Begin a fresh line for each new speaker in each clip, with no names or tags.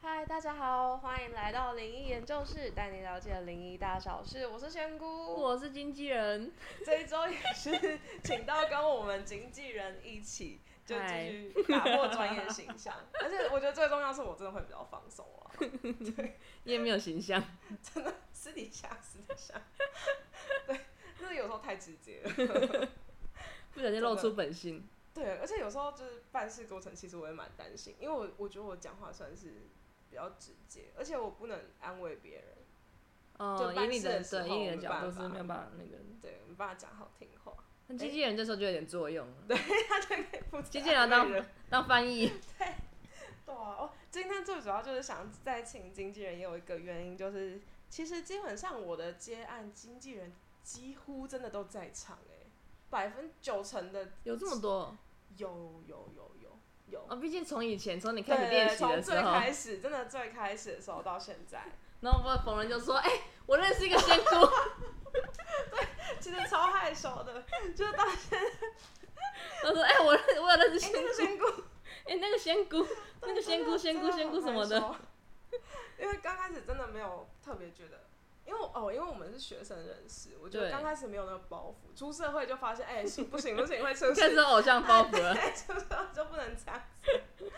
嗨，大家好，欢迎来到灵异研究室，带你了解灵异大小事。我是仙姑，
我是经纪人，
这一周也是请到跟我们经纪人一起，就
嗨
继续打破专业形 象。而且我觉得最重要是我真的会比较放松啊，
你也没有 形象。
真的私底下私底下， 对，就是有时候太直接了。
不小心露出本性。
对，而且有时候就是办事过程，其实我也蛮担心，因为我我觉得我讲话算是比较直接，而且我不能安慰别人，
哦
就，
以
办
你
事的
的
时候
对，以你的
没
角度
办法哎
是没有办法那个的。
对，没办法讲好听话。
那经纪人这时候就有点作用了，
不止
经纪人要
安慰
当
人
当翻译。
对啊，哦，今天最主要就是想再请经纪人，也有一个原因就是，其实基本上我的接案经纪人几乎真的都在场哎、百分九成的
有这么多
有有有有有。
哦，毕竟从以前从你
对
开始
对
练
对，
习
从
的时
最
候，
开始，真的最开始的时候到现在，
然后我逢人就说：“哎、我认识一个仙 姑。
其实超害羞 的，就是到”
他说：“哎、我认我有认识
哎，那
仙
个
姑，
仙姑，
哎、那个仙姑，那个 仙姑，仙
真
姑，
的
仙姑
很
什么
害
的。
羞。 因为刚开始真的没有特别觉得，因为哦，因为我们是学生人士，我觉得
对
刚开始没有那个包袱，出社会就发现，哎、是不行不行，会出”
开
事，
始有偶像包袱 了，
出社会就不能这样子。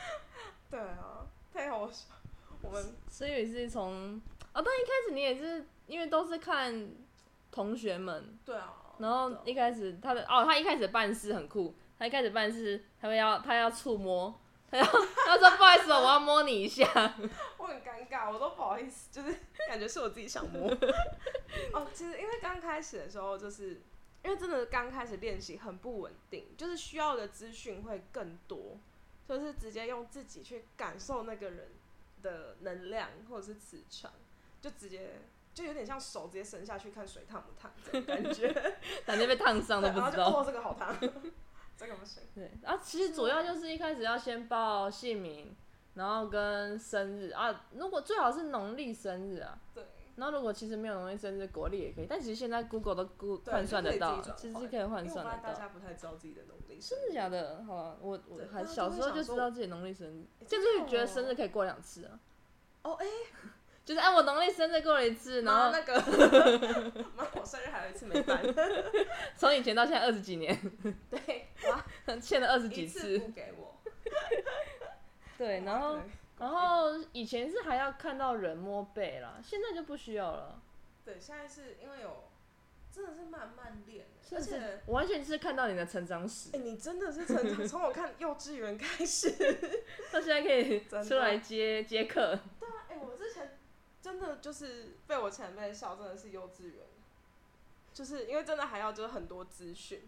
对啊，太好笑。啊我们
所以是从哦，但一开始你也是因为都是看同学们，
对啊，
然后一开始他的哦，他一开始办事很酷，他一开始办事，他会要他要触摸，他要他说不好意思哦，我要摸你一下，
我很尴尬，我都不好意思， 就是感觉是我自己想摸。 哦，其实因为刚开始的时候，就是因为真的刚开始练习很不稳定，就是需要的资讯会更多，就是直接用自己去感受那个人的能量或者是磁场，就直接就有点像手直接伸下去看水烫不烫这种感觉，
感觉被 烫伤都
对，
不
然后
知
就
道。
哦这个好烫， 这个不行，
对，啊，其实主要就是一开始要先报姓名，然后跟生日啊，如果最好是农历生日啊。
对。
然后如果其实没有农历生日，国历也可以，但其实现在 Google 都估
对
换算得到
就可以，自己转
其实
换
是可以
因
换
为我
算
发现
得
大
到。
家不太知道自己的能力，
真的假的？好啊，我我
对
还
大家都
小
会
时候
想
就知
说
道自己农历生日，
诶
就
真的
是觉得
哦
生日可以过两次啊。
哦诶
就是哎，我农历生日过了一次，然
妈
后
那个，妈，我生日还有一次没办，
从以前到现在二十几年，
对，哇，
欠了二十
一
几
次哦
次。
不给我，哎
对，然后然后以前是还要看到人摸背啦，现在就不需要了。
对，对现在是因为有真的是慢慢练欸，
甚
而
至
且。
我完全是看到你的成长史
哎、，你真的是成长， 从我看幼稚园开始。
到现在可以
真的
出来接接客。
哎、我之前真的就是被我前辈笑，真的是幼稚园，就是因为真的还要就是很多资讯，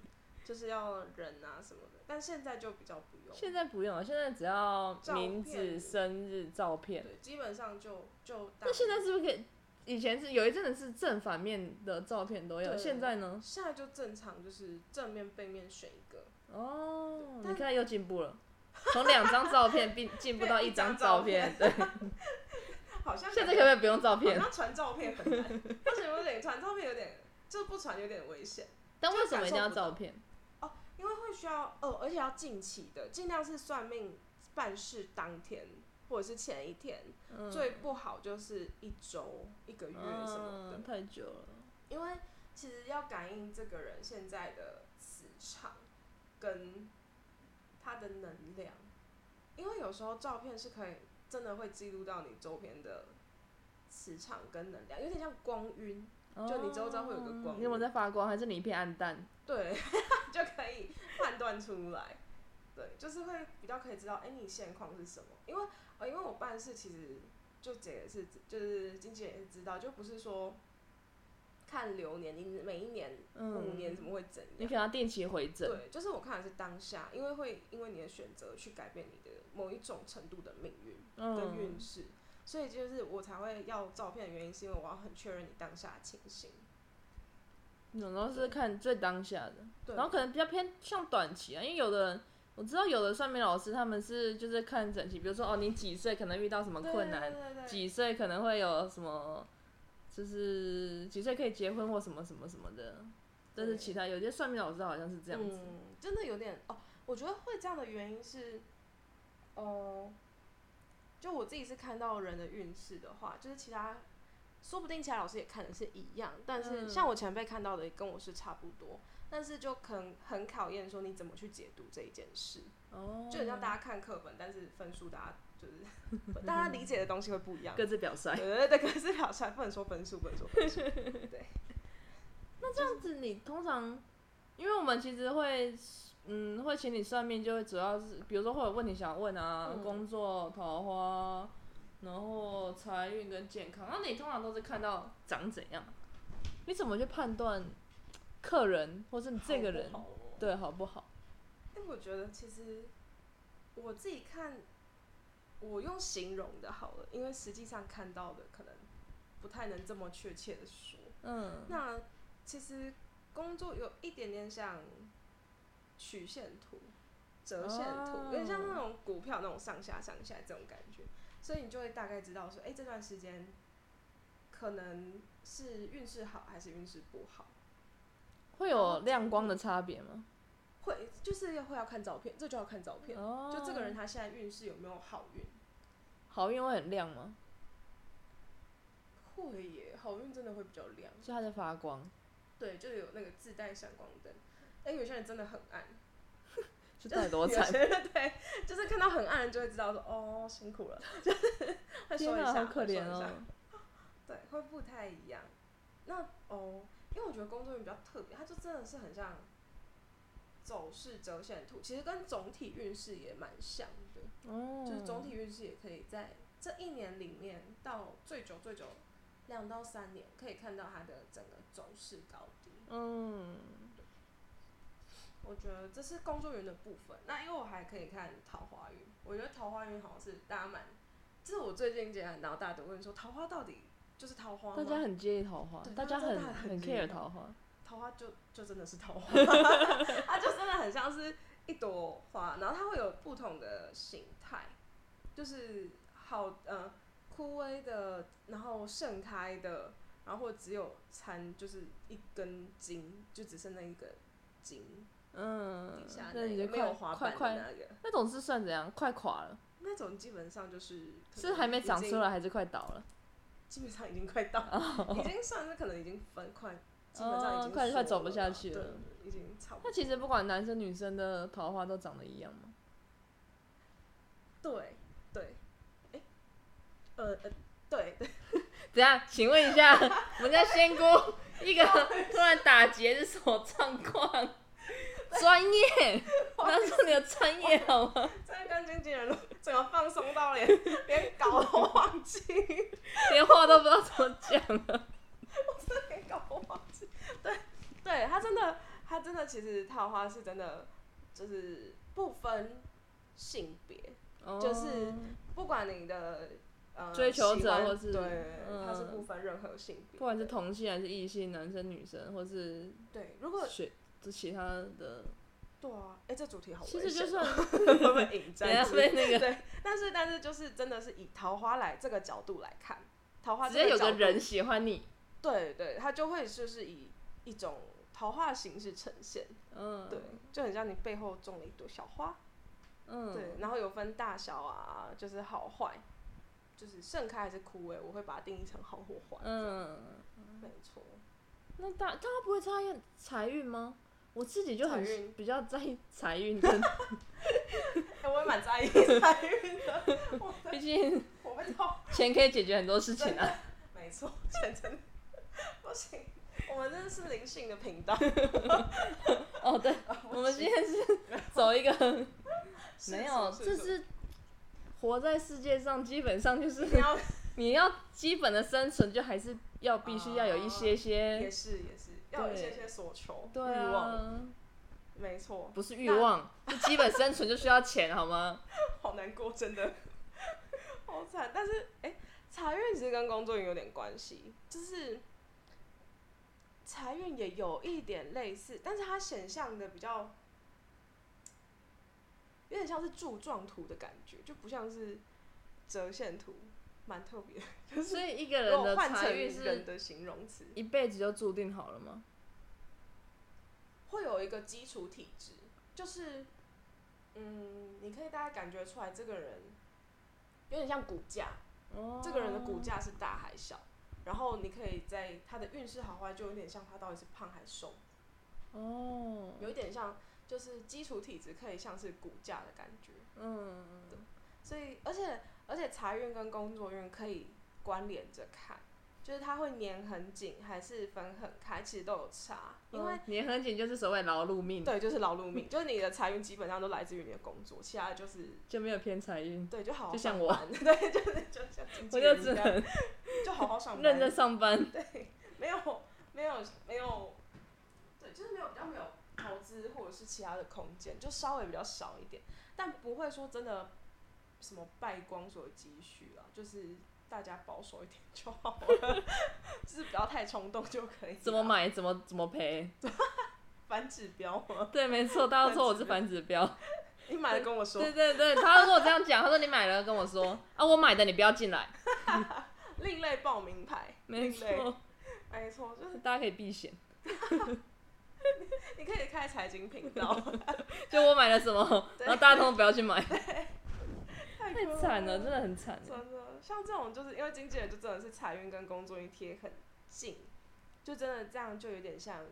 就是要人啊什么的。但现在就比较不用，
现在不用了，现在只要
照
名
片
字、生日、照片。
对，基本上就就大。
那现在是不是可以？以前是有一阵子是正反面的照片都有，
对
现在呢？
现在就正常，就是正面背面选一个。
哦，
但
你看又进步了，从两张照片并进步到一张照片。对，
好像
现在
感觉
可不可以不用
好
照片？
像传照片很难，但是有点传照片有点，就不传有点危险，
但为什么一定要照片？
因为会需要哦，而且要近期的，尽量是算命办事当天或者是前一天，
嗯
最不好就是一周、一个月什么的，
嗯、太久了。
因为其实要感应这个人现在的磁场跟他的能量，因为有时候照片是可以真的会记录到你周边的磁场跟能量，有点像光晕。就你周遭会有个光
哦哦你有没有在发光？还是你一片暗淡？
对， 就可以判断出来。对，就是会比较可以知道，哎、你现况是什么？因为呃，因为我办事其实就姐也是，就是经纪人也是知道，就不是说看流年，你每一年五年
嗯，
怎么会怎
你
样
可？能要定期回诊。
对，就是我看的是当下，因为会因为你的选择去改变你的某一种程度的命运跟
嗯
运，势，所以就是我才会要照片的原因，是因为我要很确认你当下的情形。
然后是看最当下的，
对，
然后可能比较偏向短期啊，因为有的人。我知道有的算命老师他们是就是看整体，比如说哦你几岁可能遇到什么
对
困难，
对对对对
几岁可能会有什么，就是几岁可以结婚或什么什么什么的。但是
对
其他有些算命老师好像是这样子，
嗯，真的有点哦。我觉得会这样的原因是，呃，就我自己是看到人的运势的话，就是其他说不定其他老师也看的是一样，但是
嗯
像我前辈看到的跟我是差不多，但是就可能很考验说你怎么去解读这一件事，
哦，
就很像大家看课本，但是分数大家就是 大家理解的东西会不一样。
各自表率。
对对对，可是表出来不能说分数，不能说分数。
那这样子，你通常，因为我们其实会，嗯，会请你算命，就会主要是，比如说会有问题想问啊，
嗯
工作、桃花，然后财运跟健康。那你通常都是看到长怎样？你怎么去判断客人或是你 这个人
好不好哦
对好不好？
但我觉得其实我自己看，我用形容的好了，因为实际上看到的可能不太能这么确切的说。
嗯，
那其实工作有一点点像曲线图、折线图，有点像那种股票那种上下上下这种感觉，所以你就会大概知道说，哎、这段时间可能是运势好还是运势不好。
会有亮光的差别吗？
会就是要会要看照片，这就要看照片。
哦，
就这个人他现在运势有没有好运？
好运会很亮吗？
会耶，好运真的会比较亮。
就它在发光，
对，就有那个自带闪光灯。但有些人真的很暗，
就到底多
有
惨？
些人对，就是看到很暗的就会知道说哦辛苦了， 就是会说
天
一下，
好可
会说
怜
一下
哦。
对，会不太一样。那哦，因为我觉得工作运比较特别，它就真的是很像走势折线图，其实跟总体运势也蛮像的。
哦，
就是总体运势也可以在这一年里面到最久最久两到三年，可以看到它的整个走势高低。
嗯，
我觉得这是工作运的部分。那因为我还可以看桃花运，我觉得桃花运好像是大家蛮，这是我最近接案，然后大家都问说桃花到底就是桃花
大家
吗？
很介意桃花
对，
大家
大家
很
真的很
很
介意
care 桃花。
桃花就就真的是 桃花，它就真的很像是一朵花，然后它会有不同的形态，就是好呃枯萎的，然后盛开的，然后或只有残，就是一根茎，就只剩那一根茎
嗯
底下，
那
那
你
个
就
没有
快
花
快
瓣的
快，
那个，
那种是算怎样？快垮了，
那种基本上就是可
是
能
还没
已
长
经
出，来，还是快倒了？
基本上已经快到，已经算是可能已经分快，基本上已经
哦快快
熟
走不
了
下
啦
去
对
了
已经差不多
那。其实不管男生女生的桃花都长得一样吗？
对对，哎、呃呃，对对，
怎样？请问一下，我们家仙姑 一个突然打结是什么状况？专业，那是你的专业好吗？
这个跟经纪人录整个放松到连连稿都忘记，
连话都不知道怎么讲了。
连稿都忘记。对对，他真的，他真的，其实桃花是真的，就是不分性别，
哦
就是不管你的。呃，
追求
喜
者
欢
或是
对，
嗯
他是不分任何性别的，
不管是同性还是异性，男生女生，或是
对，如果
学就其他的，
对啊，哎，这主题好危
其
险，哦
实就 算
会不会引
等一
战
下
之类的？
被那个
对， 但是但是就是真的是以桃花来这个角度来看，桃花
直
这
接有
角
个
度
人，喜欢你，
对对，它就会就是以一种桃花的形式呈现，
嗯，
对，就很像你背后种了一朵小花，
嗯，
对，然后有分大小啊，就是好坏，就是盛开还是枯萎，我会把它定义成好或坏，
嗯，
没错，
那大大家不会在意财运吗？我自己就很
财运
比较在意财运，真 的
哎，我也蛮在意财运的，我
毕竟
我被套，
钱可以解决很多事情啊。
没错，真的不行，我们这是灵性的频道，
哦，对， 我 们今天是走一个
是
没有，
是
这
是
是活在世界上，基本上就是
你要
你要基本的生存，就还是要必须要有一些
也
些，
是也是，要有一些
对
些所求
对
欲望，
啊，
没错，
不是欲望，是基本生存就需要钱，好 吗？
好难过，真的 好惨。但是哎，财、运其实跟工作运有点关系，就是财运也有一点类似，但是它显象的比较有点像是柱状图的感觉，就不像是折线图，蛮特别的。
所以一个
如
人
果
的
换
财
成
运
人
是
的形容词，
一辈子就注定好了吗？
会有一个基础体质，就是，嗯，你可以大概感觉出来这个人有点像骨架，
哦
这个人的骨架是大还小，然后你可以在他的运势好坏就有点像他到底是胖还瘦，
哦，
有一点像就是基础体质可以像是骨架的感觉，
嗯，
所以而且而且财运跟工作运可以关联着看，就是它会粘很紧还是分很开，其实都有差，因为、
嗯粘合紧就是所谓劳碌命，
对就是劳碌命，就是你的财运基本上都来自于你的工作，其他的就是
就没有偏财运，
对就好好
就像
上
我
班， 对就是就像经纪
我就
人
只
一样
能
就好好上班，
认真上班。
没有没有没有，对，就是没有比较没有投资或者是其他的空间，就稍微比较少一点，但不会说真的什么败光所有积蓄啊，就是大家保守一点就好了， 就是不要太冲动就可以了。
怎么买怎么怎么赔，
反指标吗？
对，没错，大家都说我是反指标，
你买了跟我说
对对对，他跟我这样讲，他说你买了跟我说啊，我买的你不要进来，
另类报名牌，
没
另类，
错，
没错，就是
大家可以避险。
你可以开财经频道，
就我买了什么，
对
然后大家通通不要去买，
太
太
可
惨了，
怕
真的很惨。
真的，像这种就是因为经纪人就真的是财运跟工作运贴很近，就真的这样就有点像，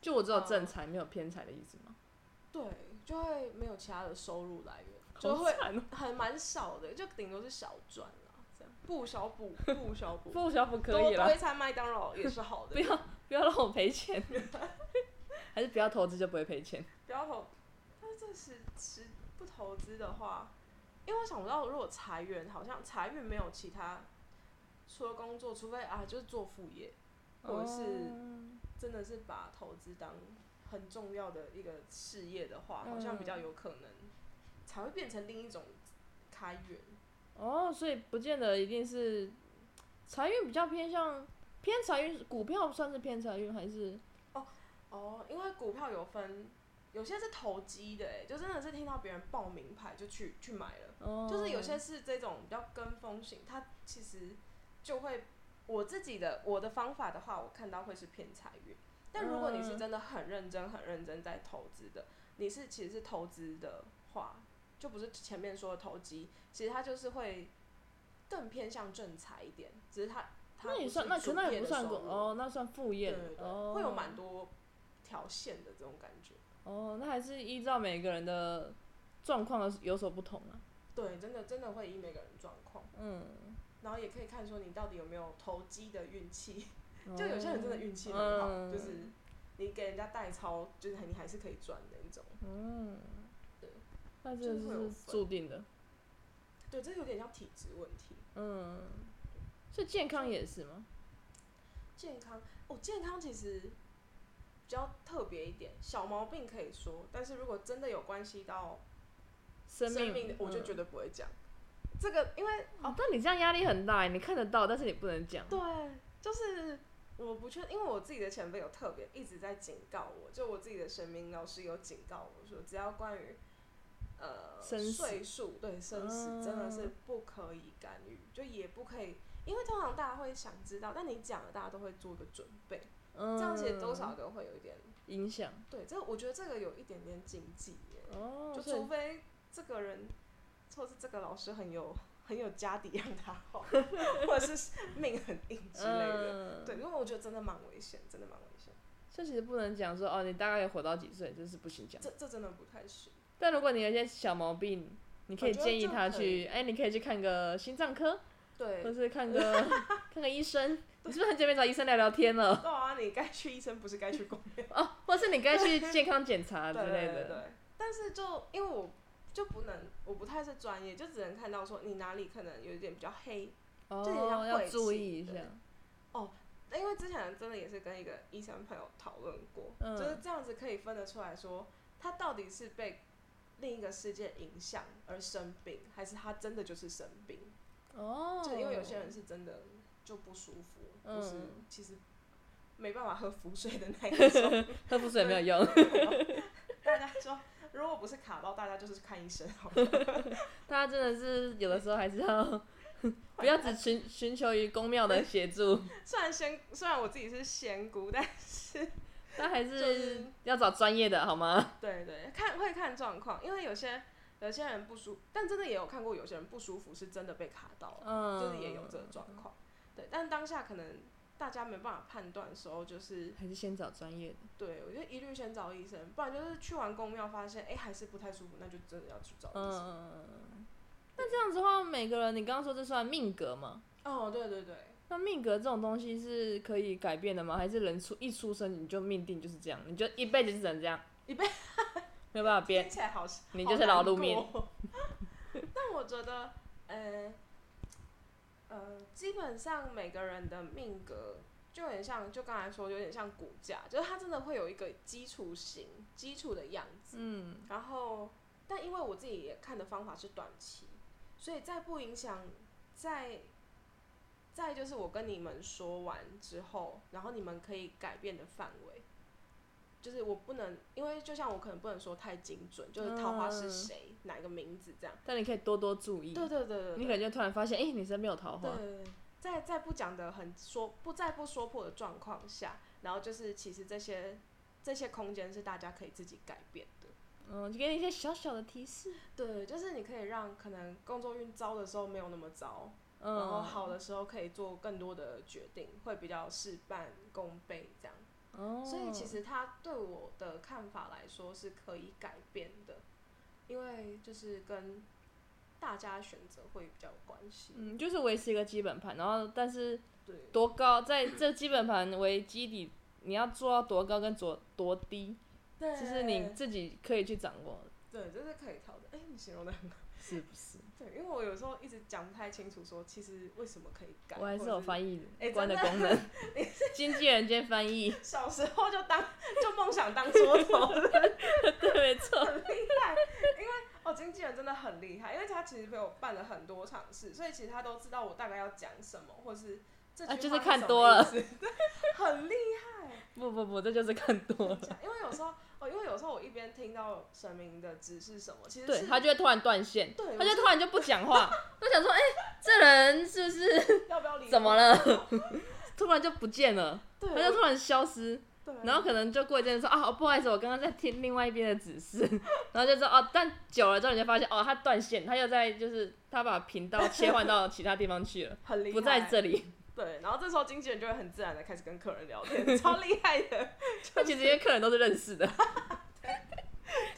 就我只有正财，没有偏财的意思吗？
对，就会没有其他的收入来源，就
好
会
惨哦，
很蛮少的，就顶多是小赚啦，这样不小补 不小补，
不小不可
多
以
多
啦，
一餐麦当劳也是好的，
不要不要让我 赔钱，还是不要投资就不会赔钱。
不要投，但是这是是不投资的话，因为我想不到，如果裁员，好像裁员没有其他，除了工作，除非啊就是做副业，或者是真的是把投资当很重要的一个事业的话，好像比较有可能才会变成另一种开源。
哦，所以不见得一定是财运比较偏向偏财运，股票算是偏财运还是
哦，因为股票有分，有些是投机的、欸，就真的是听到别人报名牌就去去买了。
哦，
就是有些是这种比较跟风型，它其实就会我自己的我的方法的话，我看到会是偏财运。但如果你是
嗯
真的很认真、很认真在投资的，你是其实是投资的话，就不是前面说的投机，其实它就是会更偏向正财一点，只是它它
哦那也
不
算
是
那可
主
那也
业
不
的
算
收
股
入，
哦，那算副业
对
的
对对，
哦，
会有蛮多条线的这种感觉。
哦，那还是依照每个人的状况而有所不同啊。
对，真的真的会依每个人状况，
嗯，
然后也可以看说你到底有没有投机的运气。就有些人真的运气
哦
很好，
嗯
就是你给人家代抄，就是你还是可以赚的那种。
嗯，
对
那
就
这
是会有
是
分
注定的，
对，这有点像体质问题。
嗯，所以健康也是吗？
健康哦，健康其实比较特别一点，小毛病可以说，但是如果真的有关系到
生命，
的，我就
嗯
绝对不会讲。这个因为
哦，但你这样压力很大耶，欸你看得到，但是你不能讲。
对，就是我不确，因为我自己的前辈有特别一直在警告我，就我自己的神明老师有警告我说，只要关于呃
生死嗯
岁数对生死真的是不可以干预，就也不可以，因为通常大家会想知道，但你讲了大家都会做个准备，
嗯，
这样其实多少都会有一点
影响
对，这我觉得这个有一点点禁忌耶，
哦
就，
所以
除非这个人或是这个老师很有很有家底让他 好，或者是命很硬之类的。
嗯、
对，因为我觉得真的蛮危险，真的蛮危险，
所以其实不能讲说哦，你大概活到几岁，这是不行讲。
这这真的不太行。
但如果你有一些小毛病，你可以
我觉得
建议
这
他
可以
去，哎、你可以去看个心脏科，
对，
或是 看个看个医生。你是不是很久没找医生聊聊天了？
对啊，你该去医生不是该去公园
哦，或是你该去健康检查
对
啊之
对
类
对
的。
对。但是就因为我就不能，我不太是专业，就只能看到说你哪里可能有一点比较黑。这也要
哦，要
晦
注
气
意一
对
下。
那因为之前真的也是跟一个医生朋友讨论过，
嗯
就是这样子可以分得出来说，他到底是被另一个世界影响而生病，还是他真的就是生病。
哦，
就因为有些人是真的就不舒服，
嗯
就是其实没办法喝浮水的那一种。
喝符水没有用，
大家说，如果不是卡到，大家就是去看医生好了。
大家真的是有的时候还是要 不要只寻寻求于公庙的协助，
虽然仙，虽然我自己是仙姑， 但是
但还
就是
是要找专业的好吗？
对对，看会看状况，因为有些有些人不舒但真的也有看过有些人不舒服是真的被卡到了，
嗯，
就是也有这个状况。对，但当下可能大家没办法判断的时候，就是
还是先找专业的。
对我觉得一律先找医生，不然就是去完公庙发现哎、还是不太舒服，那就真的要去找医生。
嗯，那这样子的话，每个人你刚刚说这算命格吗？
哦，对对对，
那命格这种东西是可以改变的吗？还是人出一出生你就命定就是这样，你就一辈子就只能这样？
一辈
没有办法
听
变，
起来好
你就是劳碌。
好
命。
难过 但我觉得，呃，呃，基本上每个人的命格就很像，就刚才说有点像骨架，就是它真的会有一个基础型、基础的样子。
嗯，
然后，但因为我自己也看的方法是短期，所以在不影响在。再就是我跟你们说完之后，然后你们可以改变的范围，就是我不能，因为就像我可能不能说太精准，就是桃花是
嗯
谁、哪个名字这样。
但你可以多多注意。
对对对对，
你可能就突然发现，哎、你身边有桃花。
对，在在不讲的很说不在不说破的状况下，然后就是其实这些这些空间是大家可以自己改变的。
嗯，就给你一些小小的提示。
对，就是你可以让可能工作运糟的时候没有那么糟，然后
嗯，
哦好的时候可以做更多的决定，会比较事半功倍这样。
哦，
所以其实它对我的看法来说是可以改变的，因为就是跟大家选择会比较有关系。
嗯，就是维持一个基本盘，然后但是
对，
多高，在这基本盘为基底，你要做到多高跟多多低，
对，
这是你自己可以去掌握的，
对，这是可以调整。哎、你形容的很好。
是不是？
对，因为我有时候一直讲不太清楚，说其实为什么可以改，
我还是
或者
有翻译
诶
官的
真的
功能，经纪人兼翻译，
小时候就当就梦想当桌头的，
对，没错，
很厉害。因为哦，经纪人真的很厉害，因为他其实陪我办了很多场事，所以其实他都知道我大概要讲什么，或是这句
啊
话、
就是看多 了，
对，很厉
不不不，这就是看多了，
害。因为有时候哦，因为有时候我一边听到神明的指示什么，其实
对
是
他就会突然断线，
对
他
我
就突然就不讲话，我想说，哎，这人是不是
要不要理
怎么
我？
了？突然就不见了，
对，
他就突然消失。
对，
然后可能就过一阵子说啊，不好意思，我刚刚在听另外一边的指示，然后就说哦，但久了之后你就发现哦，他断线，他又在就是他把频道切换到其他地方去了，
很 厉害，
不在这里。
对，然后这时候经纪人就会很自然的开始跟客人聊天， 超厉害的。
他其实因为客人都是认识的，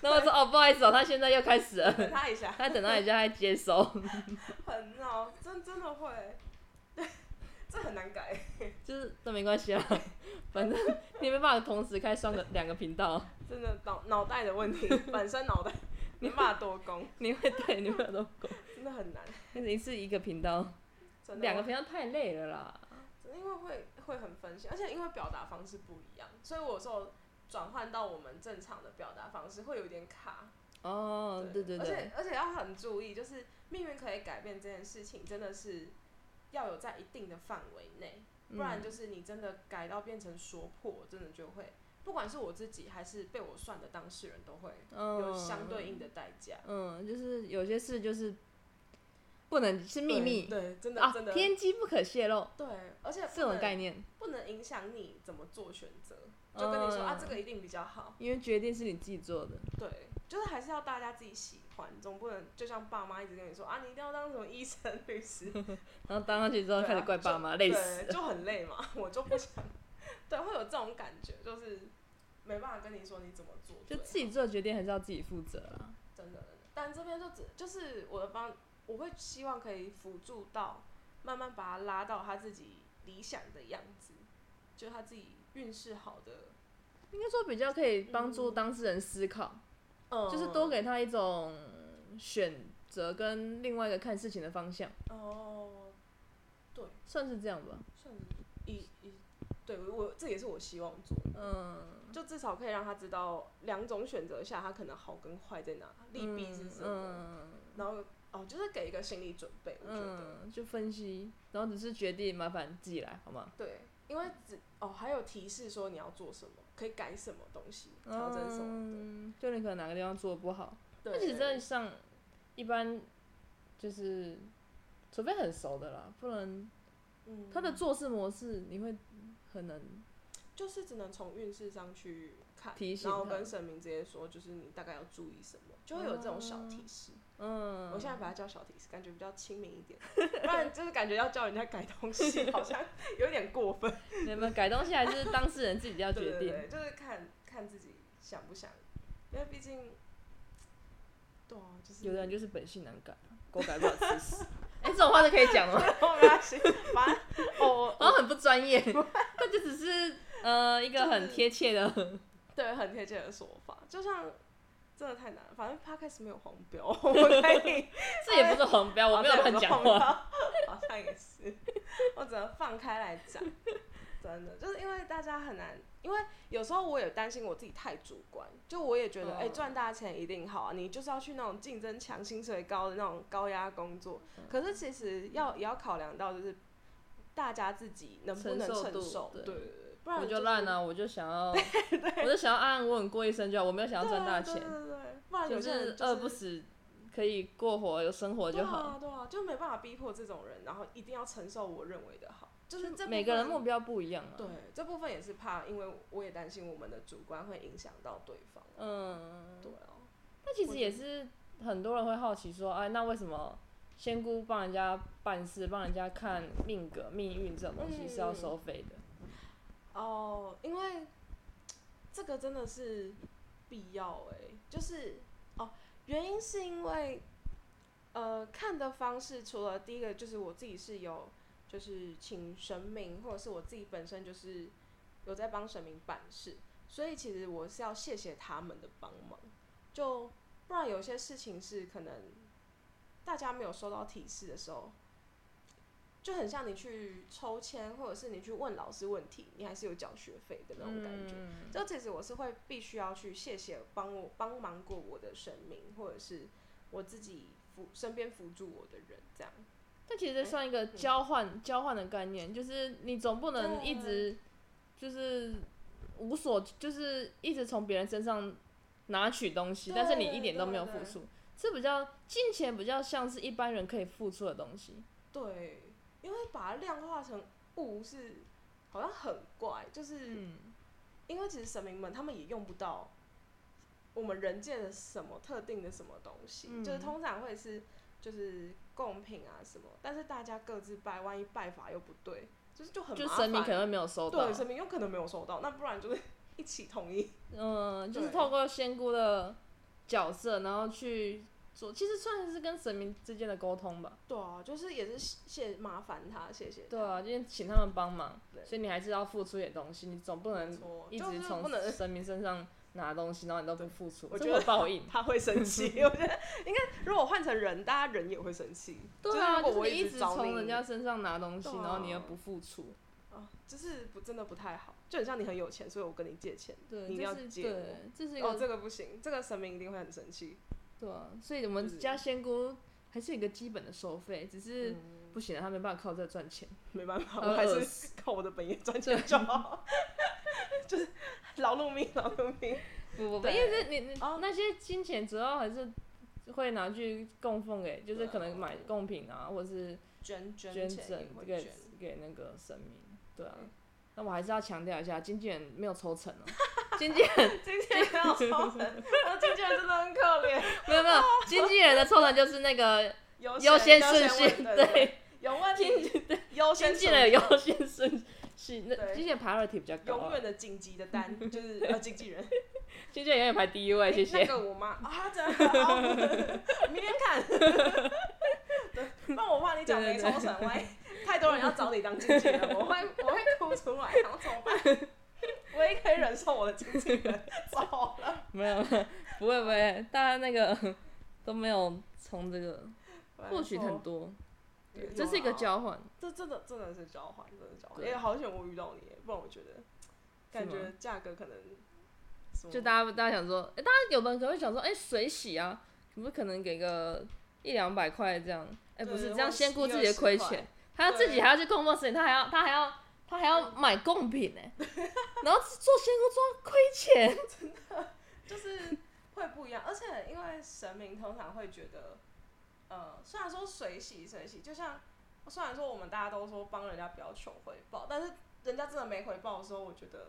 然后我说哦，不好意思哦，他现在又开始了，
等他一下，
他等到人家在接收，
很闹，真真的会， 对，这很难改，
就是都没关系啦，反正你没办法同时开双个两个频道，
真的脑脑袋的 问题，本身脑袋没办法多功，
你会对你会有都
真的很难，
一次一个频道，
真的
两个频道太累了啦。
真的因为会会很分心，而且因为表达方式不一样，所以我有时候转换到我们正常的表达方式会有点卡。
哦，对对
而
对
且。而且要很注意，就是命运可以改变这件事情，真的是要有在一定的范围内，不然
嗯
就是你真的改到变成说破，真的就会，不管是我自己还是被我算的当事人，都会有
嗯，
相对应的代价。
嗯，就是有些事就是不能是嗯秘密
对，对真的、
啊
真，的，
天机不可泄露
对，而且
这
不
种
能
概念，
不能影响你怎么做选择，就跟你说、啊，这个
嗯
一定比较好，
因为决定是你自己做的。
对，就是还是要大家自己喜欢，总不能就像爸妈一直跟你说啊，你一定要当什么医生、 律 师，
然后当上去之后
对啊
开始怪爸妈，累死
对，。就很累嘛，我就不想， 对，会有这种感觉，就是没办法跟你说你怎么做
就
对，
自己做决定还是要自己负责啊啦。
真的。但这边就只就是我的方，我会希望可以辅助到，慢慢把他拉到他自己理想的样子，就是他自己运势好的，
应该说比较可以帮助当事人思考，
嗯
就是多给他一种选择跟另外一个看事情的方向，
哦，
算是这样吧。
算是一一，对我我这也是我希望做的，
嗯，
就至少可以让他知道两种选择下他可能好跟坏在哪，利弊是什么。
嗯
然后哦，就是给一个心理准备，我觉得、
嗯，就分析，然后只是决定，麻烦自己来好吗？
对，因为只哦还有提示说你要做什么，可以改什么东西，调整什么的，
嗯，就你可能哪个地方做的不好，
对，
而且真的
对
像一般就是，除非很熟的啦，不然
嗯，
他的做事模式你会很难
就是只能从运势上去看，
提醒
然后
他
跟神明直接说，就是你大概要注意什么，就会有这种小提示。
嗯，
我现在把它叫小提示，感觉比较亲民一点，不然就是感觉要叫人家改东西，好 像有点过分。
你们改东西还是当事人自己要
对
决
对
定。
对，就是看看自己想不想，因为毕竟，对啊，就是
有的 人就是本性难改，狗改不了吃屎。 哎、这种话都可以讲 吗？
哦没关系，反正哦，
好像很不专业， 他就只是呃一个很贴 切的，
对，很贴切的说法，就像真的太难了。反正 podcast 没有黄标，我们可以
这也不是黄标，啊我没有乱讲话。
话，好像也是， 我只能放开来讲。真的，就是因为大家很难，因为有时候我也担心我自己太主观，就我也觉得，哎、
嗯
赚大钱一定好啊，你就是要去那种竞争强、薪水高的那种高压工作。
嗯
可是其实要也要考量到，就是大家自己能不能
承受
承
度
受，
对
对对对，不然
我就
就是
烂啊，我就 想要，我就想要安安稳稳过一生就好，我没有想要赚
对
大
啊
钱，
对对对，不然有
就
些人
是
就
饿不死，可以过活有生活
对
就好。
啊，对啊，就没办法逼迫这种人，然后一定要承受我认为的好，就是这部
每个人
分
目标不一样啊。
对这部分也是怕，因为我也担心我们的主观会影响到对方。
嗯，
对啊，
那其实也是很多人会好奇说，哎，那为什么仙姑帮人家办事、帮人家看命格、命运这种东西是
嗯
要收费的？
哦，因为这个真的是必要哎、就是哦，原因是因为呃看的方式，除了第一个就是我自己是有就是请神明，或者是我自己本身就是有在帮神明办事，所以其实我是要谢谢他们的帮忙，就不然有些事情是可能大家没有收到提示的时候，就很像你去抽签，或者是你去问老师问题，你还是有缴学费的那种感觉。
嗯
就其实我是会必须要去谢谢帮我帮忙过我的神明，或者是我自己辅身边辅助我的人，这样。
但其实
哎
这算一
嗯
个交换、交换的概念，就是你总不能
对啊
一直就是无所，就是一直从别人身上拿取东西，
对
但是你一点都没有
对对
付出。这比较金钱比较像是一般人可以付出的东西，
对，因为把它量化成物是好像很怪，就是、
嗯，
因为其实神明们他们也用不到我们人界的什么特定的什么东西，
嗯
就是通常会是就是贡品啊什么，但是大家各自拜，万一拜法又不对，就是就很
就
麻
神明
烦
可能会没有收到
对，神明有可能没有收到，那不然就是 一起统一。
嗯，就是
对
透过仙姑的角色，然后去做，其实算是跟神明之间的沟通吧。
对啊，就是也是谢麻烦他，谢谢他。
对啊，就是请他们帮忙，
对
所以你还是要付出一点东西，你总不
没
能
错
一
就
直
是
从
不能
神明身上拿东西，然后你都不付出，
我
这
觉
会
得。
有报应
他会生 气，我觉得应该如果换成人，大家人也会生气。
对
就是
啊，
如果
就是
我
你一
直
直
找
从
你
人家身上拿东西，
对啊
然后你又不付出，
啊，就是不真的不太好，就很像你很有钱，所以我跟你借钱，你
对，
一定要
这是
借
对
我。，
这是一
哦，
个
这个不行，这个神明一定会很生气。
对啊，所以我
就是
们家仙姑还是有一个基本的收费，只是呃
嗯，
不行啊，他没办法靠这赚钱。
没办法，
他会
我还
饿
是 靠我的本业赚钱就好， 就是劳碌命，劳碌命。
不不不，
对
因为这你你
哦
那些金钱主要还是会拿去供奉给，就是可能买贡品啊，或者是
捐
捐
捐
赠
钱也会
给
捐，
给那个神明，对啊
嗯。
那我还是要强调一下，经纪人没有抽成哦、 经纪人
经纪人要超人，然后经纪人真的很可怜，
没有 没有，经纪人的抽成就是那个
优
优
先
先顺序，
问对，
对，
有问题优先
经纪
顺
人有优先顺序，那
对
经纪人 priority 比较高
永
啊、
远的紧急的单， 就是呃经纪人。
经纪人永远排第一位，谢
那
谢。
个我妈啊，真的，哦 明天看。对，那我怕你讲没抽成，万一太多人要找你当经纪人，我 会我会哭出来，然后怎么办？我也可以忍受我的经纪人 走了。
没有，不会不会，大家那个 都没有从这个获取很多，对
有，
这是一个
啊
交换。
这真的真的是交换，真的交换。
对
也好险我遇到你，不然我觉得感
是
觉
吗
价格可能什么
就大家大家想说，哎、大家有的人可能会想说，哎、水洗啊，可不可能给个一两百块这样？哎、不
对
是
或
这样，
者
先顾自己的
10-20
亏
块
钱，他要自己
对
还要去供奉神，他还要他还要他还要买贡品 哎、然后做仙姑做亏钱，
就是会不一样，而且因为神明通常会觉得，呃，虽然说水洗水洗，就像虽然说我们大家都说帮人家不要求回报，但是人家真的没回报的时候，我觉得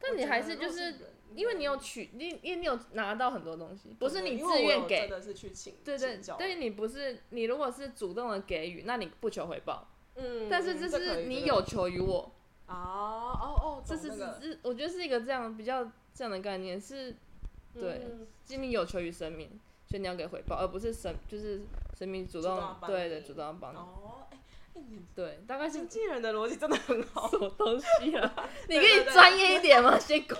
但你还是就
我觉得如
是
果人
因为你有取，你因为你有拿到很多东西，不是
对
你
因为我
自愿
有
给
真，的是去请
对对
请教，
对你不是你如果是主动的给予，那你不求回报，
嗯，
但是
嗯
这
可
是
以
你
这个
有求于我，
哦哦哦，
这
懂
是
那个
是，我觉得是一个这样比较这样的概念，是对
嗯
今天有求于生命，所以你要给回报，而不是神就是神明主动
主动要帮
对
你
对主动要帮你，
哦，哎、哎你
对，大概是
经纪人的逻辑真的很 好。
什么东西啊？你
对
可
对
以
对
专业一点吗，仙姑？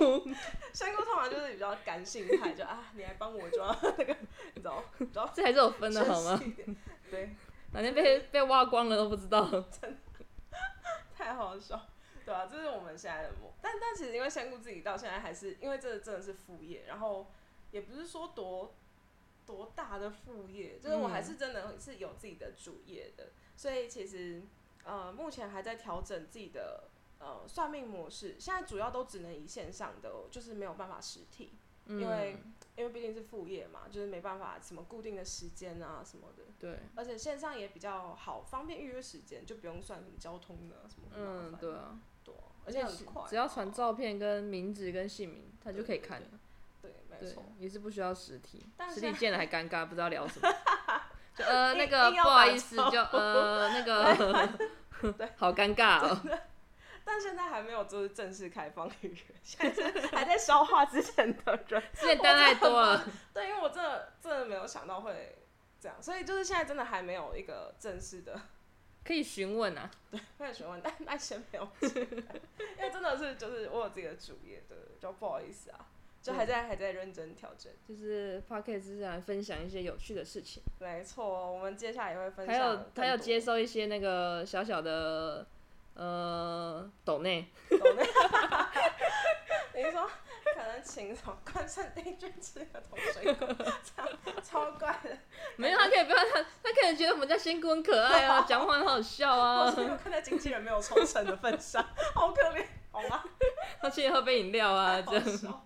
山沟通常就是比较感性派，就啊，你来帮我抓那个， 你知道，你知道，
这还是有分的好吗
真？实一点？对，
哪天 被被挖光了都不知道。
太好笑，对啊，这是我们现在的梦。但但其实因为仙姑自己到现在还是，因为这真的是副业，然后也不是说多多大的副业，就是我还是真的是有自己的主业的，所以其实呃目前还在调整自己的呃算命模式，现在主要都只能以线上的，哦就是没有办法实体。
嗯，
因为因为毕竟是副业嘛，就是没办法什么固定的时间啊什么的，
对，
而且线上也比较好，方便预约时间，就不用算什么交通的什么很麻烦
嗯，对啊，
对啊，而且很快啊，
只要传照片跟名字跟姓名，他就可以看了。
对，没
对
错，，
也是不需要实体
但，
实
现
体
在
见了还尴尬，不知道 聊什么。就呃
硬
那个
硬
不
要
好
把
意思，
照
就 呃那个， 好尴尬哦。
但现在还没有就是正式开放预约，现在是还在消化之前的人，
之前单太多了，
对，因为我真的真的没有想到会这样，所以就是现在真的还没有一个正式的
可以询问啊。
没有询问，但但先没有进来，因为真的是就是我有自己的主业的，就不好意思啊，就还在还在认真调整。
就是 p o c k e t 是想分享一些有趣的事情，
没错，哦我们接下来也会分享
还有
更多。
还有接收一些那个小小的呃抖内，
懂那个，你说可能请什么关圣帝君吃个头水果， 超超怪的。
没有他可以不要他他可能觉得我们家仙姑很可爱啊，讲话很好笑
我
啊，
是有看在经纪人没有抽成的份上，好可怜，好 吗？
他请你喝杯饮料啊，这
好
样
笑，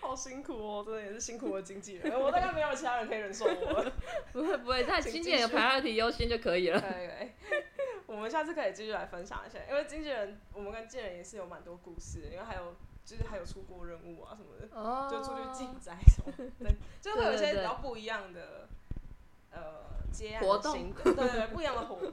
好辛苦哦，真的也是辛苦我经纪人，我大概没有其他人可以忍受我了。
不会不会，他
请
经纪
继
人有
续
priority 优先就可以了。
对对， 我们下次可以继续来分享一下，因为经纪人，我们跟经纪人也是有蛮多故事的，因为还有就是还有出国任务啊什么的，
哦
就出去竞赛什么的， 对，就会有一
对对
些
对
比较不一样的呃接案的
活动
心得，对对对，不一样的活动，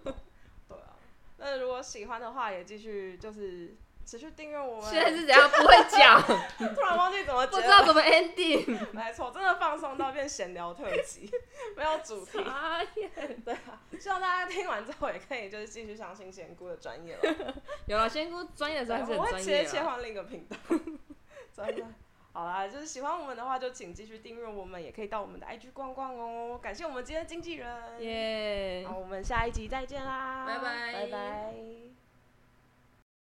对啊。那如果喜欢的话，也继续就是持续订阅我们。
现在是怎样？不会 讲，
突然忘记怎么
不
结
知道
尾，
怎么 ending。
没错，真的放松到变闲聊特辑， 没有主 题。
啊耶
对啊，希望大家听完之后也可以就是继续相信仙姑的专业了。
有了，仙姑专业的时候还是
我
很
会
专
直
业
接切
啦。
换另一个频道。 真的，好啦，就是喜欢我们的话，就请继续订阅我们，也可以到我们的 IG 逛逛哦。感谢我们今天的经纪人，
耶
好，我们下一集再见啦，
拜拜
拜拜。